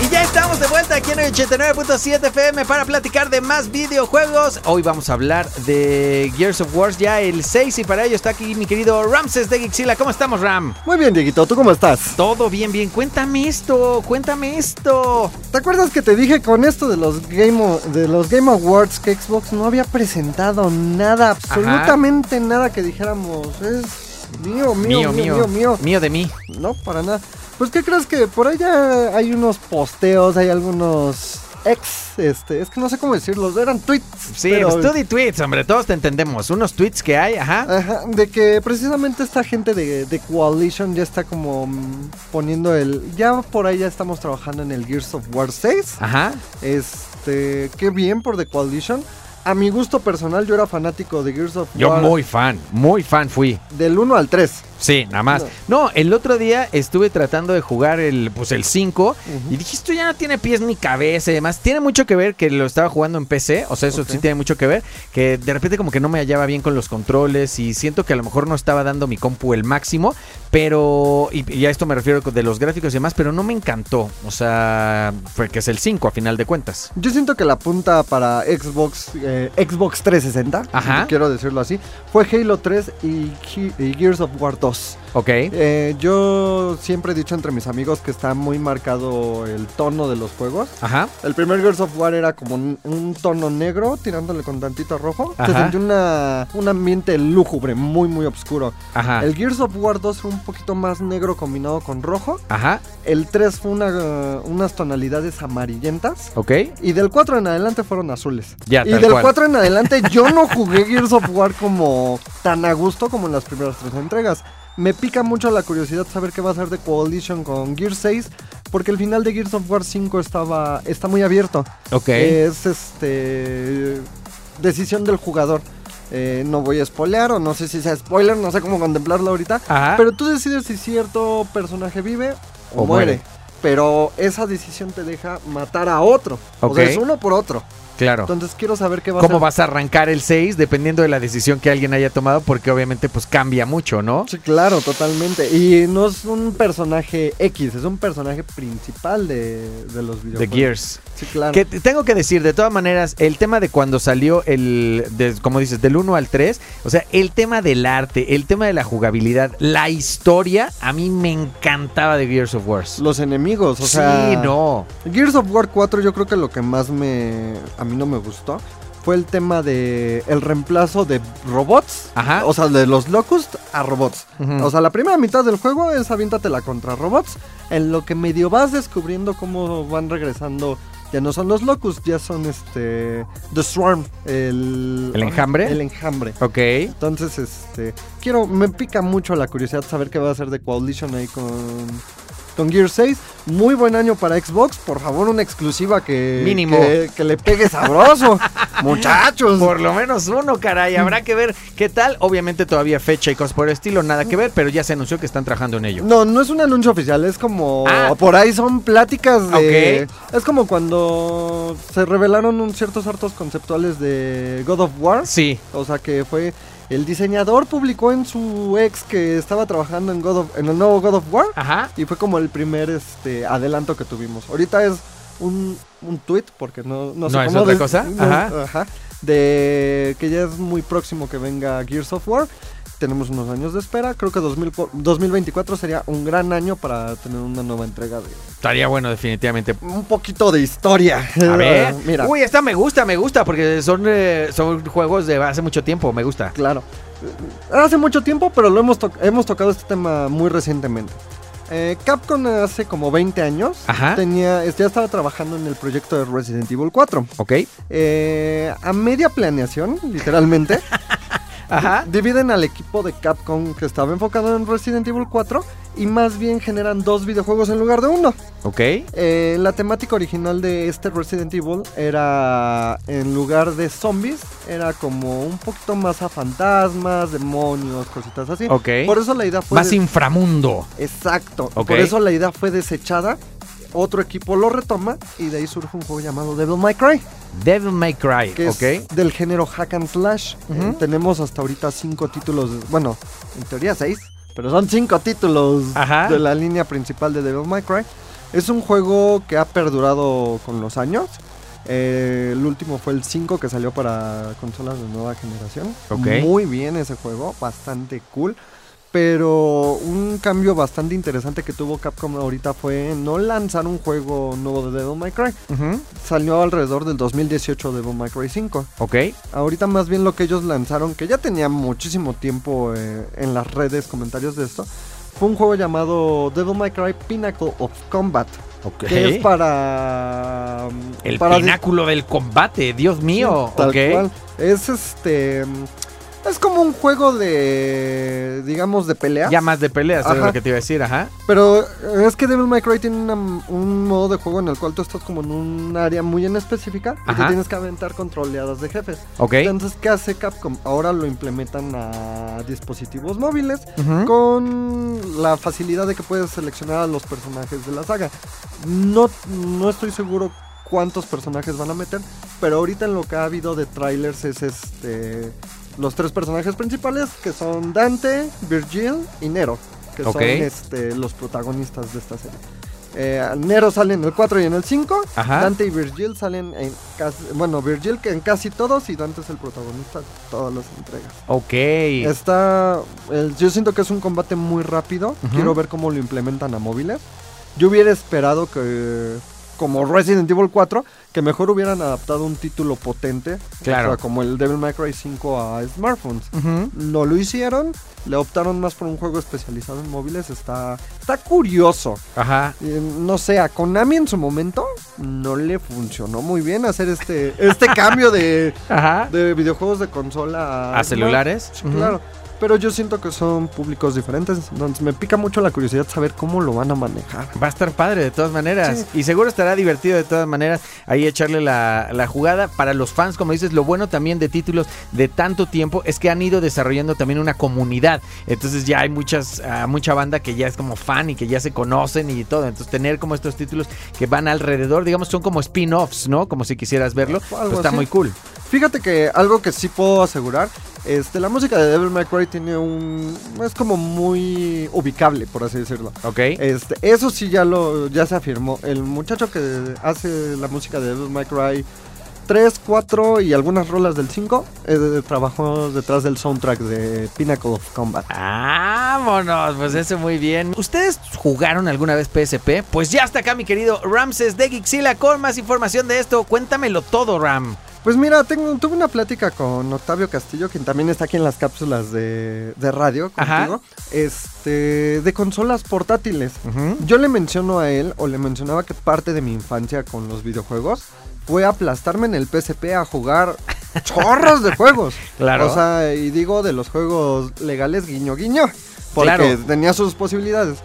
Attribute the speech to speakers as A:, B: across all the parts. A: Y ya estamos de vuelta aquí en el 89.7 FM para platicar de más videojuegos. Hoy vamos a hablar de Gears of War ya el 6 y para ello está aquí mi querido Ramses de Gixila. ¿Cómo estamos, Ram?
B: Muy bien, Dieguito, ¿tú cómo estás?
A: Todo bien, bien. Cuéntame esto, cuéntame esto.
B: ¿Te acuerdas que te dije con esto de los Game, O- de los Game Awards que Xbox no había presentado nada, absolutamente nada que dijéramos es mío, mío, mío, mío, mío,
A: Mío de mí.
B: No, para nada. Pues, ¿qué crees que por allá hay unos posteos, hay algunos ex, este, es que no sé cómo decirlos, eran tweets.
A: Sí,
B: pero-
A: study tweets, hombre, todos te entendemos. Unos tweets que hay, ajá.
B: Ajá, de que precisamente esta gente de, de Coalition ya está como mm, poniendo el... Ya por ahí ya estamos trabajando en el Gears of War 6.
A: Ajá.
B: Este, qué bien por The Coalition. A mi gusto personal, yo era fanático de Gears of
A: Yo
B: War.
A: muy fan, muy fan fui.
B: Del 1 al 3.
A: Sí, nada más. No, el otro día estuve tratando de jugar el pues el 5 y dije, esto ya no tiene pies ni cabeza y demás. Tiene mucho que ver que lo estaba jugando en PC, o sea, eso sí tiene mucho que ver, que de repente como que no me hallaba bien con los controles y siento que a lo mejor no estaba dando mi compu el máximo, pero y, y a esto me refiero de los gráficos y demás, pero no me encantó. O sea, fue que es el 5 a final de cuentas.
B: Yo siento que la punta para Xbox eh, Xbox 360,
A: Ajá.
B: si quiero decirlo así, fue Halo 3 y, Ge- y Gears of War 2.
A: Ok.
B: Eh, yo siempre he dicho entre mis amigos que está muy marcado el tono de los juegos.
A: Ajá.
B: El primer Gears of War era como un, un tono negro, tirándole con tantito a rojo. Se
A: Ajá.
B: sentía una- un ambiente lúgubre, muy, muy oscuro.
A: Ajá.
B: El Gears of War 2 fue un poquito más negro combinado con rojo.
A: Ajá.
B: El 3 fue una, eh, unas tonalidades amarillentas.
A: Ok.
B: Y del 4 en adelante fueron azules.
A: Ya,
B: y
A: tal
B: del
A: cual.
B: 4 en adelante yo no jugué Gears of War como tan a gusto como en las primeras tres entregas. Me pica mucho la curiosidad saber qué va a hacer de Coalition con Gears 6, porque el final de Gears of War 5 estaba, está muy abierto.
A: Ok.
B: Es este decisión del jugador. Eh, no voy a spoiler, o no sé si sea spoiler, no sé cómo contemplarlo ahorita.
A: Ajá.
B: Pero tú decides si cierto personaje vive o,
A: Ah. O
B: muere.
A: muere.
B: Pero esa decisión te deja matar a otro. O sea,
A: Ok.
B: es uno por otro.
A: claro.
B: Entonces quiero saber qué va
A: cómo
B: a hacer.
A: vas a arrancar el 6 dependiendo de la decisión que alguien haya tomado, porque obviamente pues cambia mucho, ¿no?
B: Sí, claro, totalmente. Y no es un personaje X, es un personaje principal de, de los videojuegos.
A: De Gears.
B: Sí, claro.
A: Que te- tengo que decir, de todas maneras, el tema de cuando salió el, de- como dices, del 1 al 3, o sea, el tema del arte, el tema de la jugabilidad, la historia, a mí me encantaba de Gears of War.
B: Los enemigos, o sea.
A: sí, no.
B: Gears of War 4 yo creo que lo que más me a mí no me gustó fue el tema de el reemplazo de robots,
A: Ajá.
B: o sea, de los Locust a robots.
A: Ah. Ujú.
B: O sea, la primera mitad del juego es aviéntatela contra robots, en lo que medio vas descubriendo cómo van regresando ya no son los Locust, ya son este The Swarm, el
A: ¿El enjambre?
B: El enjambre.
A: Ok.
B: Entonces, este, quiero, me pica mucho la curiosidad saber qué va a hacer de Coalition ahí con, con Gear 6. Muy buen año para Xbox, por favor, una exclusiva que,
A: Mínimo.
B: que, que le pegue sabroso, muchachos.
A: Por lo menos uno, caray. Habrá que ver qué tal. Obviamente todavía fecha y cosas por el estilo, nada que ver, pero ya se anunció que están trabajando en ello.
B: No, no es un anuncio oficial, es como
A: Ah.
B: por ahí son pláticas de es como cuando se revelaron un ciertos hartos conceptuales de God of War.
A: Sí.
B: O sea que fue el diseñador publicó en su ex que estaba trabajando en God of, en el nuevo God of War.
A: Ajá.
B: Y fue como el primer este adelanto que tuvimos. Ahorita es un, un tweet, porque no, no sé
A: No, es
B: cómo
A: otra
B: des-
A: cosa.
B: no,
A: Ajá.
B: ajá, De que ya es muy próximo que venga Gears of War. Tenemos unos años de espera. Creo que 2000 po- 2024 sería un gran año para tener una nueva entrega de
A: Estaría bueno, definitivamente.
B: un poquito de historia.
A: A ver,
B: Mira.
A: Uy, esta me gusta, me gusta, porque son, eh, son juegos de hace mucho tiempo, me gusta.
B: Claro. Hace mucho tiempo, pero lo hemos, to- hemos tocado este tema muy recientemente. Eh, Capcom hace como 20 años
A: Ajá.
B: tenía, ya estaba trabajando en el proyecto de Resident Evil 4.
A: ¿Ok?
B: Eh, a media planeación, literalmente,
A: Ajá.
B: Dividen al equipo de Capcom que estaba enfocado en Resident Evil 4 y más bien generan dos videojuegos en lugar de uno.
A: Ok.
B: Eh, la temática original de este Resident Evil era, en lugar de zombies, era como un poquito más a fantasmas, demonios, cositas así.
A: Ok.
B: Por eso la idea fue...
A: Más
B: de-
A: inframundo.
B: Exacto.
A: Ok.
B: Por eso la idea fue desechada. Otro equipo lo retoma y de ahí surge un juego llamado Devil May Cry,
A: Devil May Cry.
B: que
A: ok.
B: es del género hack and slash. Eh,
A: Ujú.
B: tenemos hasta ahorita cinco títulos, bueno, en teoría seis, pero son cinco títulos
A: Ajá.
B: de la línea principal de Devil May Cry. Es un juego que ha perdurado con los años. Eh, el último fue el 5 que salió para consolas de nueva generación.
A: Ok.
B: Muy bien ese juego, bastante cool. Pero un cambio bastante interesante que tuvo Capcom ahorita fue no lanzar un juego nuevo de Devil May Cry.
A: Ujú.
B: Salió alrededor del 2018 Devil May Cry 5.
A: Ok.
B: Ahorita más bien lo que ellos lanzaron, que ya tenía muchísimo tiempo eh, en las redes comentarios de esto, fue un juego llamado Devil May Cry Pinnacle of Combat,
A: Ok.
B: que es para... mm,
A: El
B: para dis-
A: pináculo del combate, Dios mío.
B: tal
A: ok.
B: cual. Es este... mm, Es como un juego de... digamos, de pelea.
A: Ya más de peleas, es
B: Ajá.
A: lo que te iba a decir, ajá.
B: Pero eh, es que Devil May Cry tiene una- un modo de juego en el cual tú estás como en un área muy en específica y te
A: Ajá.
B: tienes que aventar con troleadas de jefes.
A: Ok.
B: Entonces, ¿qué hace Capcom? Ahora lo implementan a dispositivos móviles
A: Ujú.
B: con la facilidad de que puedes seleccionar a los personajes de la saga. No, no estoy seguro cuántos personajes van a meter, pero ahorita en lo que ha habido de trailers es este los tres personajes principales que son Dante, Virgil y Nero, que
A: Ok.
B: son este, los protagonistas de esta serie. Eh, Nero sale en el 4 y en el 5.
A: Ajá.
B: Dante y Virgil salen en casi, bueno, Virgil que en casi todos y Dante es el protagonista de todas las entregas.
A: Ok.
B: Está, el- yo siento que es un combate muy rápido.
A: Ujú.
B: Quiero ver cómo lo implementan a móviles. Yo hubiera esperado que, como Resident Evil 4, que mejor hubieran adaptado un título potente,
A: Claro.
B: o sea, como el Devil May Cry 5 a smartphones.
A: Ujú.
B: No lo hicieron, le optaron más por un juego especializado en móviles. Está, está curioso.
A: Ajá.
B: Eh, no sé, a Konami en su momento no le funcionó muy bien hacer este, este cambio de,
A: Ajá.
B: de videojuegos de consola
A: ¿A celulares?
B: Sí, claro. Pero yo siento que son públicos diferentes, entonces me pica mucho la curiosidad saber cómo lo van a manejar.
A: Va a estar padre de todas maneras. Y seguro estará divertido de todas maneras ahí echarle la, la jugada. Para los fans, como dices, lo bueno también de títulos de tanto tiempo es que han ido desarrollando también una comunidad. Entonces ya hay muchas, ah, mucha banda que ya es como fan y que ya se conocen y todo. Entonces tener como estos títulos que van alrededor, digamos, son como spin-offs, ¿no? Como si quisieras verlo.
B: Algo
A: pues está
B: así.
A: muy cool.
B: Fíjate que algo que sí puedo asegurar, este, la música de Devil May Cry tiene un... es como muy ubicable, por así decirlo.
A: ¿Ok?
B: Este, eso sí ya lo ya se afirmó. El muchacho que hace la música de Devil May Cry 3, 4 y algunas rolas del 5 eh, trabajó detrás del soundtrack de Pinnacle of Combat.
A: Vámonos, pues eso muy bien. ¿Ustedes jugaron alguna vez PSP? Pues ya está acá mi querido Ramses de Gixila con más información de esto. Cuéntamelo todo, Ram.
B: Pues mira, tengo, tuve una plática con Octavio Castillo, quien también está aquí en las cápsulas de, de radio
A: Ajá.
B: contigo, este, de consolas portátiles. Yo le menciono a él, o le mencionaba que parte de mi infancia con los videojuegos fue aplastarme en el PSP a jugar chorros de juegos.
A: Claro.
B: O sea, y digo de los juegos legales guiño guiño, porque
A: Claro.
B: tenía sus posibilidades.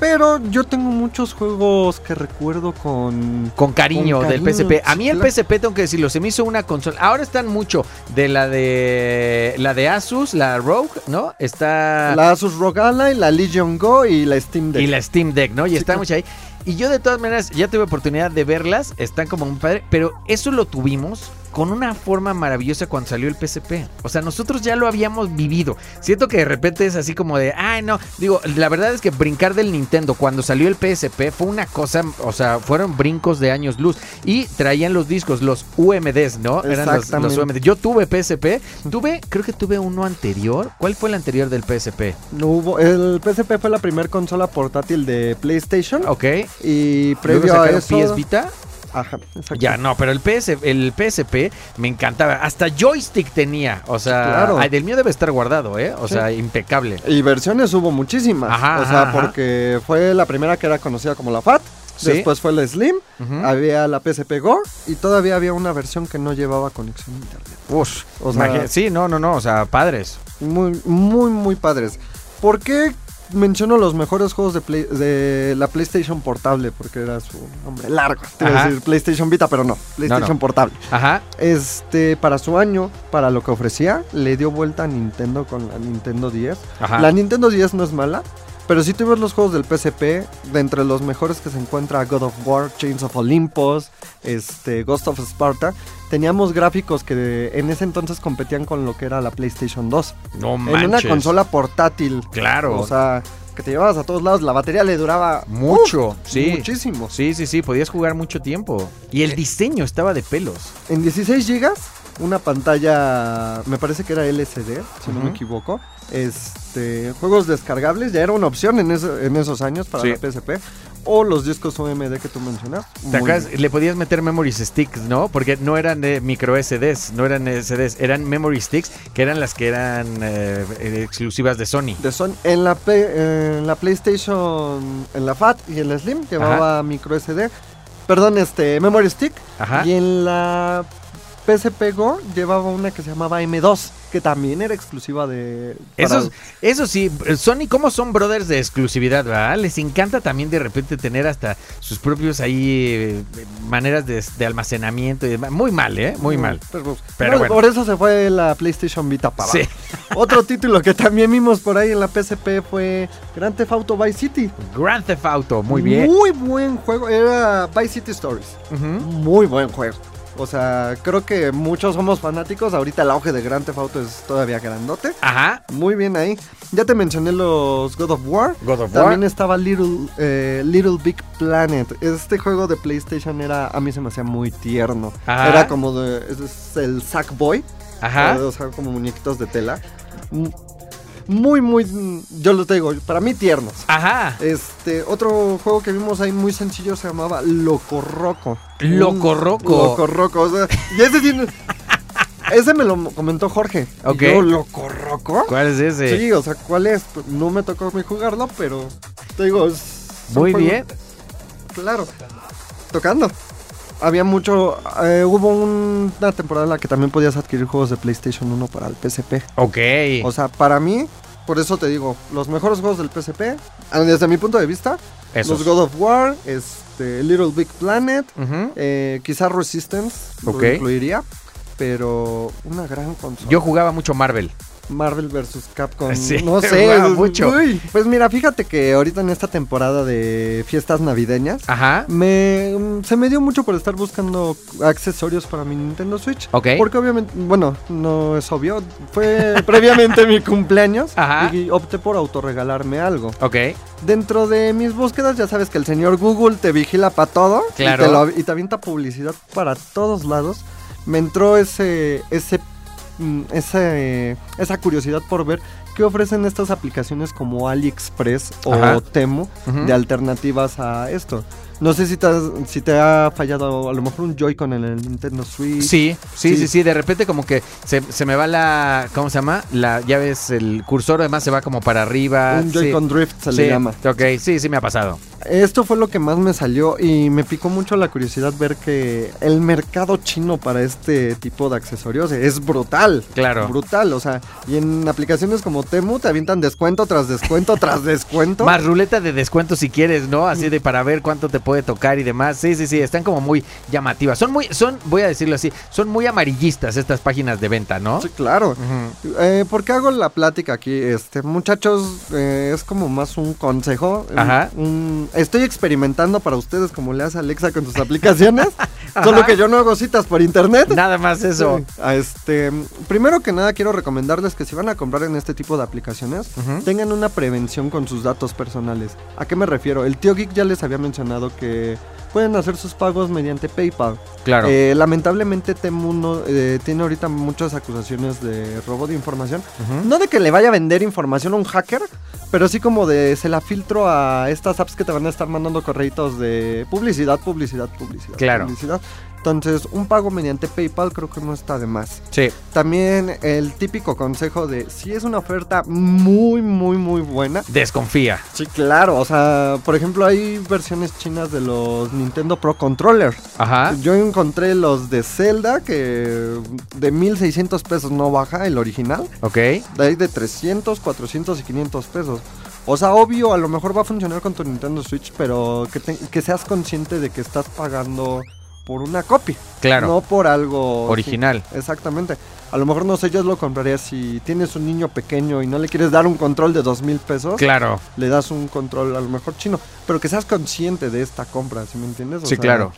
B: Pero yo tengo muchos juegos que recuerdo con
A: Con cariño,
B: Con
A: del
B: cariño,
A: PSP. A mí el
B: claro.
A: PSP, tengo que decirlo, se me hizo una consola. Ahora están mucho de la de la de Asus, la Rogue, ¿no? Está
B: La Asus ROG Ally, la Legion Go y la Steam Deck.
A: Ah. y la Steam Deck, ¿no? Y
B: Sí,
A: está
B: claro.
A: mucho ahí. Y yo de todas maneras ya tuve oportunidad de verlas, están como un padre, pero eso lo tuvimos con una forma maravillosa cuando salió el PSP. O sea, nosotros ya lo habíamos vivido. Siento que de repente es así como de, ay, no, digo, la verdad es que brincar del Nintendo cuando salió el PSP fue una cosa, o sea, fueron brincos de años luz y traían los discos, los UMDs, ¿no? Eran los- los,
B: Exactamente.
A: UMDs. Yo tuve PSP, tuve, creo que tuve uno anterior. ¿Cuál fue el anterior del PSP?
B: No hubo, el PSP fue la primera consola portátil de PlayStation.
A: Ok.
B: Y
A: Oh. Luego
B: previo a
A: sacaron
B: eso.
A: PS Vita.
B: Ajá, exacto.
A: Ya, no, pero el, PS, el PSP me encantaba. Hasta joystick tenía. O sea,
B: Sí, claro.
A: ay, del mío debe estar guardado, ¿eh? O
B: Sí.
A: sea, impecable.
B: Y versiones hubo muchísimas.
A: Ajá,
B: o
A: ajá,
B: sea,
A: ajá.
B: porque fue la primera que era conocida como la FAT.
A: Sí.
B: Después fue la Slim.
A: Ujú.
B: Había la PSP Go. Y todavía había una versión que no llevaba conexión a internet.
A: Ush,
B: O sea-
A: imagi- sí, no, no, no. O sea, padres.
B: Muy, muy, muy padres. ¿Por qué menciono los mejores juegos de, Play- de la PlayStation Portable? Porque era su nombre largo. Te iba a
A: Ajá.
B: decir PlayStation Vita, pero no. PlayStation Portable.
A: Ajá.
B: Este, para su año, para lo que ofrecía, le dio vuelta a Nintendo con la Nintendo 10.
A: Ajá.
B: La Nintendo 10 no es mala, pero si tú ves los juegos del PSP, de entre los mejores que se encuentra God of War, Chains of Olympus, este, Ghost of Sparta, teníamos gráficos que de- en ese entonces competían con lo que era la PlayStation 2.
A: No
B: En una
A: manches.
B: consola portátil.
A: Claro.
B: O sea, que te llevabas a todos lados, la batería le duraba
A: Mucho,
B: uf,
A: sí.
B: Muchísimo. Eh.
A: Sí, sí, sí, podías jugar mucho tiempo. Y el diseño estaba de pelos.
B: En 16 GB, una pantalla, me parece que era LCD, si no
A: Ujú.
B: me equivoco. Este, juegos descargables, ya era una opción en, eso- en esos años para
A: Sí.
B: la PSP. O los discos OMD que tú mencionas.
A: ¿Te
B: Muy
A: acuerdas?
B: bien.
A: Le podías meter memory sticks, ¿no? Porque no eran de micro SDs, no eran SDs, eran memory sticks que eran las que eran eh, eh, exclusivas de Sony.
B: De son, en, la P- en la PlayStation, en la FAT y en la Slim, llevaba micro SD. Perdón, este, Memory Stick.
A: Ajá.
B: Y en la PSP Go llevaba una que se llamaba M2, que también era exclusiva de... para-
A: Eso, eso sí, Sony, ¿cómo son brothers de exclusividad, verdad? Les encanta también de repente tener hasta sus propios ahí eh, maneras de, de almacenamiento y demás. Muy mal, ¿eh? Muy
B: Mm,
A: mal.
B: Pero,
A: Pero
B: por-
A: bueno.
B: por eso se fue la PlayStation Vita para
A: Sí.
B: abajo. Otro título que también vimos por ahí en la PSP fue Grand Theft Auto Vice City.
A: Grand Theft Auto, muy bien.
B: Muy buen juego. Era Vice City Stories.
A: Ujú.
B: Muy buen juego. O sea, creo que muchos somos fanáticos. Ahorita el auge de Grand Theft Auto es todavía grandote.
A: Ajá.
B: Muy bien ahí. Ya te mencioné los God of War.
A: God of War.
B: También estaba Little, eh, Little Big Planet. Este juego de PlayStation era, a mí se me hacía muy tierno.
A: Ajá.
B: Era como de, es- es el Sackboy.
A: Ajá.
B: O sea, como muñequitos de tela. Mm, Muy, muy, mm, yo lo digo, para mí tiernos.
A: Ajá.
B: Este, otro juego que vimos ahí muy sencillo se llamaba Loco Roco.
A: Mm, Loco Roco.
B: Loco Roco. O sea, y ese tiene... Ese me lo comentó Jorge. Y
A: Ok.
B: yo, ¿Loco Roco?
A: ¿Cuál es ese?
B: Sí, o sea, ¿cuál es? Pues, No me tocó a mí jugarlo, pero te digo, es- son
A: Muy
B: juegos-
A: bien.
B: Claro, tocando. Había mucho, eh, hubo un- una temporada en la que también podías adquirir juegos de PlayStation 1 para el PSP.
A: Ok.
B: O sea, para mí, por eso te digo, los mejores juegos del PSP, ah, desde mi punto de vista,
A: Esos.
B: los God of War, este, Little Big Planet,
A: Ujú.
B: eh, quizás Resistance,
A: Ok.
B: lo incluiría, pero una gran consola.
A: Yo jugaba mucho Marvel.
B: Marvel vs. Capcom.
A: Sí,
B: no sé,
A: guau,
B: es-
A: mucho.
B: uy. Pues mira, fíjate que ahorita en esta temporada de fiestas navideñas,
A: Ajá.
B: me, mm, se me dio mucho por estar buscando accesorios para mi Nintendo Switch.
A: Ok.
B: Porque obviamente, bueno, no es obvio, fue previamente mi cumpleaños
A: Ajá.
B: y opté por autorregalarme algo.
A: Ok.
B: Dentro de mis búsquedas, ya sabes que el señor Google te vigila para todo y
A: Claro.
B: te lo- y, te avienta publicidad para todos lados. Me entró ese, ese, mm, ese, esa curiosidad por ver qué ofrecen estas aplicaciones como AliExpress o
A: Ajá.
B: Temu
A: Ujú.
B: de alternativas a esto. No sé si te, has- si te ha fallado a lo mejor un Joy-Con en el Nintendo Switch.
A: Sí, sí, sí,
B: Sí.
A: sí, De repente como que se, se me va la, ¿cómo se llama? La, ya ves, el cursor además se va como para arriba.
B: Un
A: ah, sí.
B: Joy-Con Drift se
A: Sí,
B: le llama.
A: Ok, sí, sí me ha pasado.
B: Esto fue lo que más me salió y me picó mucho la curiosidad ver que el mercado chino para este tipo de accesorios es brutal.
A: Claro.
B: Brutal, o sea, y en aplicaciones como Temu te avientan descuento tras descuento tras descuento.
A: Más ruleta de descuento si quieres, ¿no?
B: Mm.
A: Así de para ver cuánto te puede tocar y demás. Sí, sí, sí, están como muy llamativas. Son muy, son, voy a decirlo así, son muy amarillistas estas páginas de venta, ¿no?
B: Sí, claro.
A: Ujú.
B: Eh, ¿Por qué hago la plática aquí? Este, muchachos, eh, es como más un consejo. un-
A: Ajá.
B: un- estoy experimentando para ustedes como le hace Alexa con sus aplicaciones.
A: Ajá.
B: solo que yo no hago citas por internet.
A: Nada más eso.
B: Sí. Ah, Este, primero que nada quiero recomendarles que si van a comprar en este tipo de aplicaciones,
A: Ujú.
B: tengan una prevención con sus datos personales. ¿A qué me refiero? El tío Geek ya les había mencionado que pueden hacer sus pagos mediante PayPal.
A: Claro.
B: Eh, lamentablemente Temu no, eh, tiene ahorita muchas acusaciones de robo de información.
A: Ujú.
B: No de que le vaya a vender información a un hacker, pero sí como de se la filtro a estas apps que te van a estar mandando correitos de publicidad, publicidad, publicidad.
A: Claro.
B: publicidad. Entonces, un pago mediante PayPal creo que no está de más.
A: Sí.
B: También el típico consejo de si es una oferta muy, muy, muy buena.
A: Desconfía.
B: Sí, claro. O sea, por ejemplo, hay versiones chinas de los Nintendo Pro Controller.
A: Ajá.
B: Yo encontré los de Zelda que de 1600 pesos no baja el original.
A: Ok.
B: De ahí de 300, 400 y 500 pesos. O sea, obvio, a lo mejor va a funcionar con tu Nintendo Switch, pero que, te- que seas consciente de que estás pagando por una copia.
A: Claro.
B: No por algo
A: Original.
B: sí, exactamente. A lo mejor no sé, yo lo compraría si tienes un niño pequeño y no le quieres dar un control de dos mil pesos.
A: Claro.
B: Le das un control a lo mejor chino, pero que seas consciente de esta compra, ¿sí me entiendes? O
A: Sí,
B: sea,
A: claro.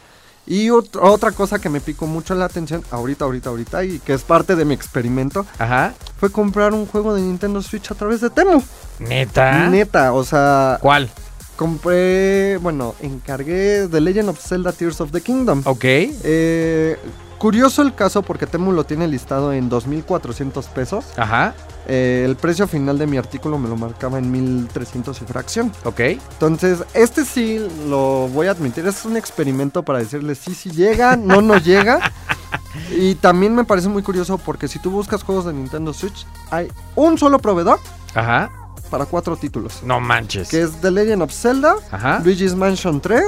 B: Y ot- otra cosa que me picó mucho la atención ahorita, ahorita, ahorita, y que es parte de mi experimento,
A: Ajá.
B: fue comprar un juego de Nintendo Switch a través de Temu.
A: Neta.
B: Neta, o sea,
A: ¿Cuál?
B: compré, bueno, encargué The Legend of Zelda Tears of the Kingdom.
A: Ok.
B: Eh, curioso el caso porque Temu lo tiene listado en 2.400 pesos.
A: Ajá.
B: Eh, el precio final de mi artículo me lo marcaba en 1.300 y fracción.
A: Ok.
B: Entonces, este sí lo voy a admitir. Es un experimento para decirle sí, sí llega, no nos llega. Y también me parece muy curioso porque si tú buscas juegos de Nintendo Switch, hay un solo proveedor
A: Ajá.
B: para cuatro títulos.
A: No manches.
B: Que es The Legend of Zelda,
A: Ajá.
B: Luigi's Mansion 3,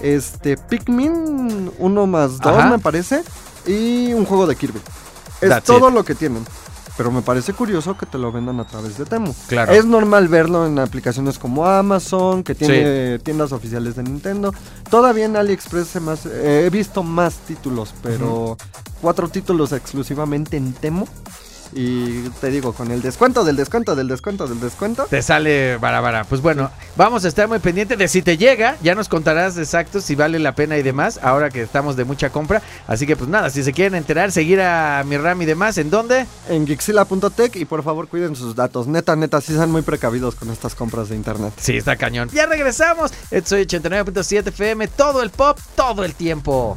B: este Pikmin 1 más 2
A: Ajá.
B: me parece, y un juego de Kirby. Es
A: That's
B: todo lo que tienen. Pero me parece curioso que te lo vendan a través de Temu.
A: Claro.
B: Es normal verlo en aplicaciones como Amazon, que tiene tiendas oficiales de Nintendo. Todavía en AliExpress se más, eh, he visto más títulos, pero cuatro títulos exclusivamente en Temu. Y te digo, con el descuento del descuento del descuento del descuento.
A: Te sale barabara. Pues bueno, vamos a estar muy pendiente de si te llega. Ya nos contarás exacto si vale la pena y demás. Ahora que estamos de mucha compra. Así que pues nada, si se quieren enterar, seguir a mi Ram y demás. ¿En dónde?
B: en Gixila.tech y por favor cuiden sus datos. Neta, neta, sí sean muy precavidos con estas compras de internet.
A: Sí, está cañón. Ya regresamos. Esto soy 89.7 FM. Todo el pop, todo el tiempo.